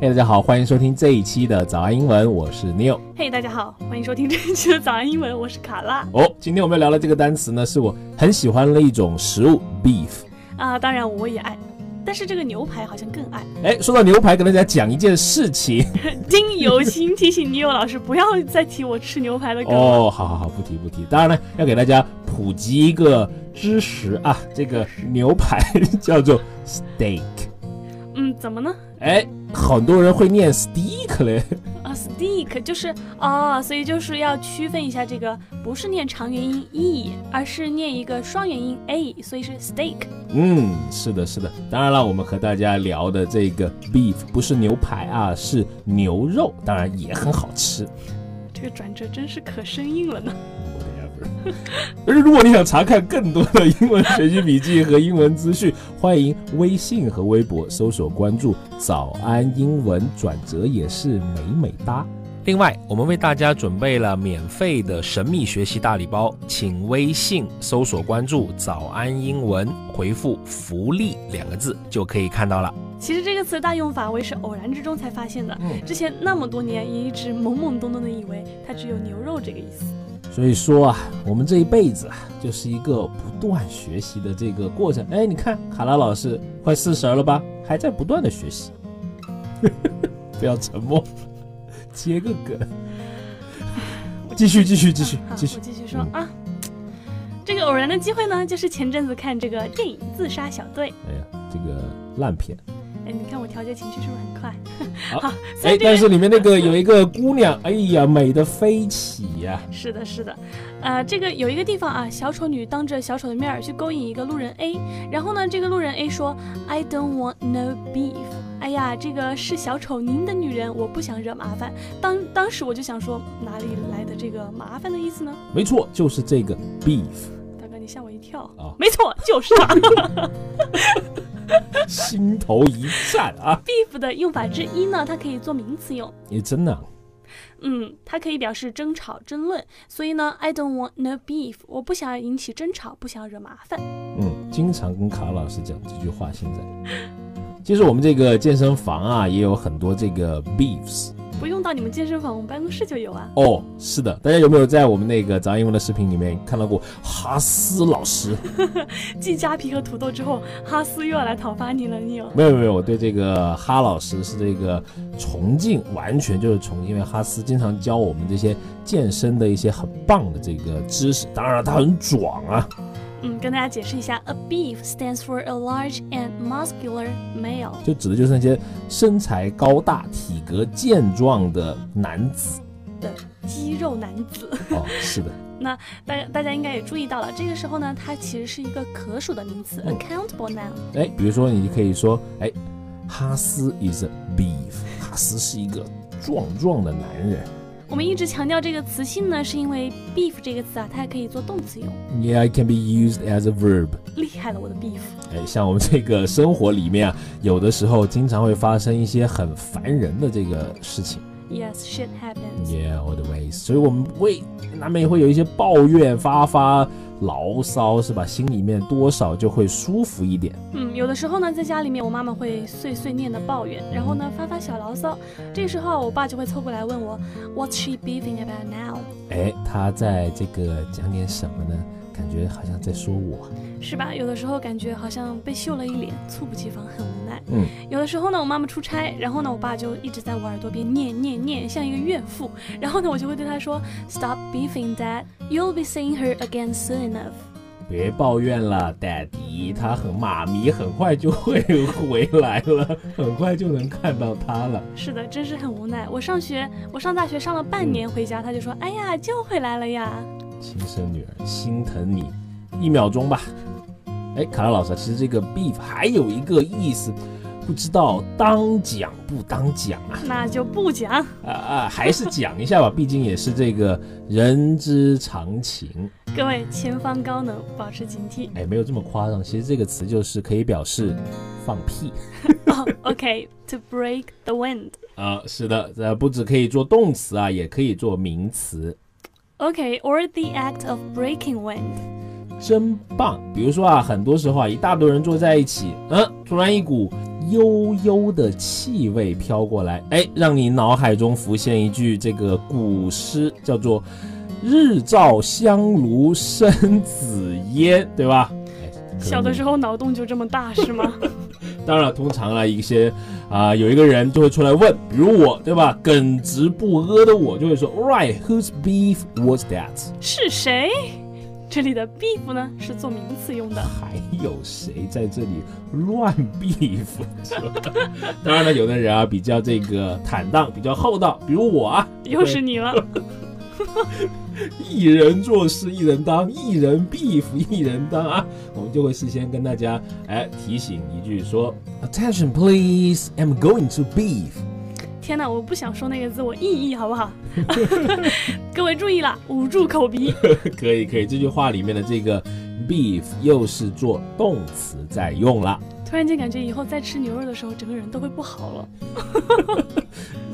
嘿、大家好，欢迎收听这一期的早安英文，我是 Neil。嘿大家好，欢迎收听这一期的早安英文，我是卡拉哦，今天我们要聊的这个单词呢，是我很喜欢的一种食物 beef。啊。当然我也爱，但是这个牛排好像更爱。哎，说到牛排，跟大家讲一件事情。丁友情提醒女友老师不要再提我吃牛排的梗了。哦，好好好，不提不提。当然呢，要给大家普及一个知识啊，这个牛排 叫做 steak。嗯，怎么呢？哎，很多人会念 steak 嘞。啊，steak 就是啊，所以就是要区分一下这个，不是念长元音 e，而是念一个双元音 a，所以是 steak。嗯，是的，是的。当然了，我们和大家聊的这个 beef 不是牛排啊，是牛肉，当然也很好吃。这个转折真是可生硬了呢。 Whatever。而 如果你想查看更多的英文学习笔记和英文资讯，欢迎微信和微博搜索关注“早安英文转折也是美美哒”。另外，我们为大家准备了免费的神秘学习大礼包，请微信搜索关注“早安英文”，回复“福利”两个字就可以看到了。其实这个词的大用法我也是偶然之中才发现的，嗯之前那么多年也一直懵懵懂懂的以为它只有牛肉这个意思。所以说啊，我们这一辈子啊，就是一个不断学习的这个过程。哎，你看卡拉老师快四十了吧，还在不断的学习。 不要沉默，接个梗。继续，继续，继续，好，继续嗯我。继续说啊。这个偶然的机会呢，就是前阵子看这个电影《自杀小队》。哎呀，这个烂片。哎，你看我调节情绪是不是很快？好 好，所以哎，这但个是里面那个有一个姑娘，哎呀，美的飞起呀、是的，是的，呃，这个有一个地方啊，小丑女当着小丑的面儿去勾引一个路人 A，然后呢，这个路人 A 说：“I don't want no beef。”哎呀，这个是小丑您的女人，我不想惹麻烦。当当时我就想说，哪里来的这个麻烦的意思呢？没错，就是这个 beef 大哥，你吓我一跳。啊，没错，就是它。心头一颤啊！ beef 的用法之一呢，它可以做名词用。也真的啊、嗯，它可以表示争吵、争论，所以呢，I don't want no beef，我不想引起争吵，不想惹麻烦。嗯，经常跟卡老师讲这句话。现在，其实我们这个健身房啊，也有很多这个 beefs。不用到你们健身房，我们办公室就有啊。哦，是的，大家有没有在我们那个早安英文的视频里面看到过哈斯老师？ 继加皮和土豆之后，哈斯又要来讨伐你了，你有？没有没有，我对这个哈老师是这个崇敬，完全就是崇敬，因为哈斯经常教我们这些健身的一些很棒的这个知识。当然了，他很壮啊。嗯，跟大家解释一下，a beef stands for a large and muscular male。就指的就是那些身材高大、体格健壮的男子。肌肉男子，哦，是的，大家大家应该也注意到了，这个时候呢，它其实是一个可数的名词嗯，accountable noun。哎，比如说你可以说，哎，哈斯 is a beef，哈斯是一个壮壮的男人。我们一直强调这个词性呢，是因为 beef 这个词啊，它还可以做动词用。 Yeah, it can be used as a verb。厉害了，我的 beef。哎，像我们这个生活里面啊，有的时候经常会发生一些很烦人的这个事情。 Yes, shit happens. Yeah, all the ways。所以我们会难免会有一些抱怨、发发牢骚，是吧？心里面多少就会舒服一点。嗯，有的时候呢，在家里面，我妈妈会碎碎念的抱怨，然后呢发发小牢骚。这时候我爸就会凑过来问我，What's she beefing about now？哎，他在这个讲点什么呢？感觉好像在说我。是吧？有的时候感觉好像被秀了一脸，猝不及防，很无奈。嗯，有的时候呢，我妈妈出差，然后呢，我爸就一直在我耳朵边念念念，像一个怨妇。然后呢，我就会对他说，Stop beefing, Dad. You'll be seeing her again soon enough. 别抱怨了，Daddy，他很妈咪，很快就会回来了，很快就能看到他了。是的，真是很无奈。我上学，我上大学上了半年，回家他就说，哎呀，救回来了呀。亲生女儿心疼你，一秒钟吧。哎，卡拉老师，其实这个 beef 还有一个意思，不知道当讲不当讲啊？那就不讲。啊啊，还是讲一下吧， 毕竟也是这个人之常情。各位前方高能，保持警惕。哎，没有这么夸张，其实这个词就是可以表示放屁。哦、o k to break the wind。啊、是的，呃，不只可以做动词啊，也可以做名词。 OK，or、the act of breaking wind。真棒！比如说啊，很多时候啊，一大堆人坐在一起，嗯，突然一股悠悠的气味飘过来，哎，让你脑海中浮现一句这个古诗，叫做“日照香炉生紫烟”，对吧？哎小的时候脑洞就这么大是吗？当然了，通常啊，一些啊、有一个人就会出来问，比如我，对吧？耿直不阿的我就会说，Right, whose beef was that？是谁？这里的 beef 呢是做名词用的。还有谁在这里乱 beef？是吧 当然了，有的人啊比较这个坦荡，比较厚道，比如我啊，又是你了，一人做事一人当，一人 beef 一人当啊，我们就会事先跟大家哎提醒一句说，Attention please, I'm going to beef。 天哪，我不想说那个字，我意译好不好？ 各位注意啦，捂住口鼻。可以可以，这句话里面的这个 beef 又是做动词在用了。突然间感觉以后再吃牛肉的时候，整个人都会不好了。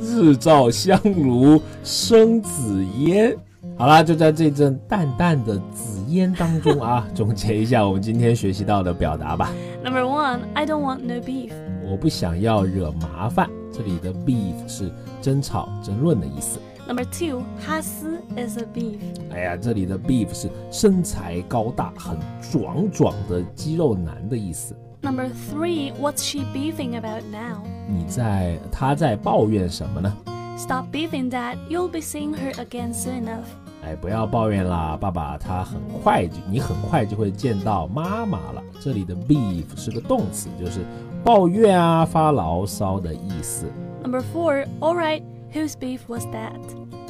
日照香炉生紫烟。好啦，就在这阵淡淡的紫烟当中啊，总结一下我们今天学习到的表达吧。 Number one, I don't want no beef. 我不想要惹麻烦，这里的 beef 是争吵、争论的意思。 Number two, 哈斯 is a beef. 哎呀，这里的 beef 是身材高大、很壮壮的肌肉男的意思。 Number three, what's she beefing about now? 你在他在抱怨什么呢？ Stop beefing that. You'll be seeing her again soon enough. 哎，不要抱怨啦，爸爸他很快就你很快就会见到妈妈了。这里的 beef 是个动词，就是抱怨啊、发牢骚的意思。 Number four, all right, whose beef was that?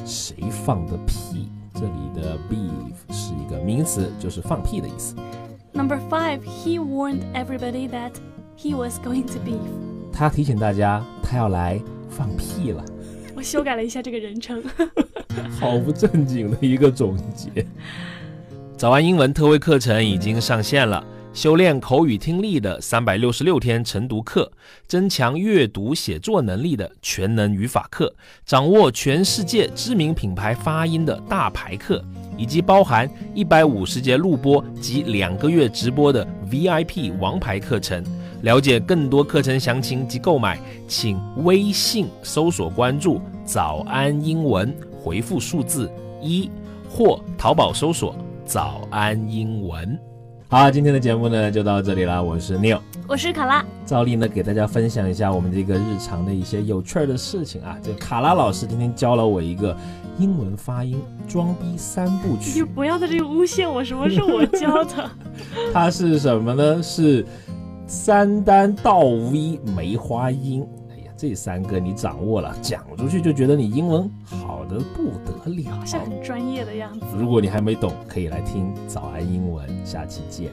谁放的屁？这里的 beef 是一个名词，就是放屁的意思。 Number five, he warned everybody that he was going to beef. 他提醒大家，他要来放屁了， 我修改了一下这个人称。好不正经的一个总结。早安英文特惠课程已经上线了，修炼口语听力的三百六十六天晨读课，增强阅读写作能力的全能语法课，掌握全世界知名品牌发音的大牌课，以及包含一百五十节录播及两个月直播的 VIP 王牌课程。了解更多课程详情及购买，请微信搜索关注“早安英文”，回复数字一，或淘宝搜索“早安英文”。好，今天的节目呢就到这里啦，我是 Neil。 我是卡拉，照例呢，给大家分享一下我们这个日常的一些有趣儿的事情啊。这卡拉老师今天教了我一个英文发音装逼三部 你曲就，不要在这里诬陷我，什么是我教 的？它是什么呢？是三单倒 V 梅花音。哎呀，这三个你掌握了，讲出去就觉得你英文好的不得了好。像很专业的样子。如果你还没懂，可以来听早安英文，下期见，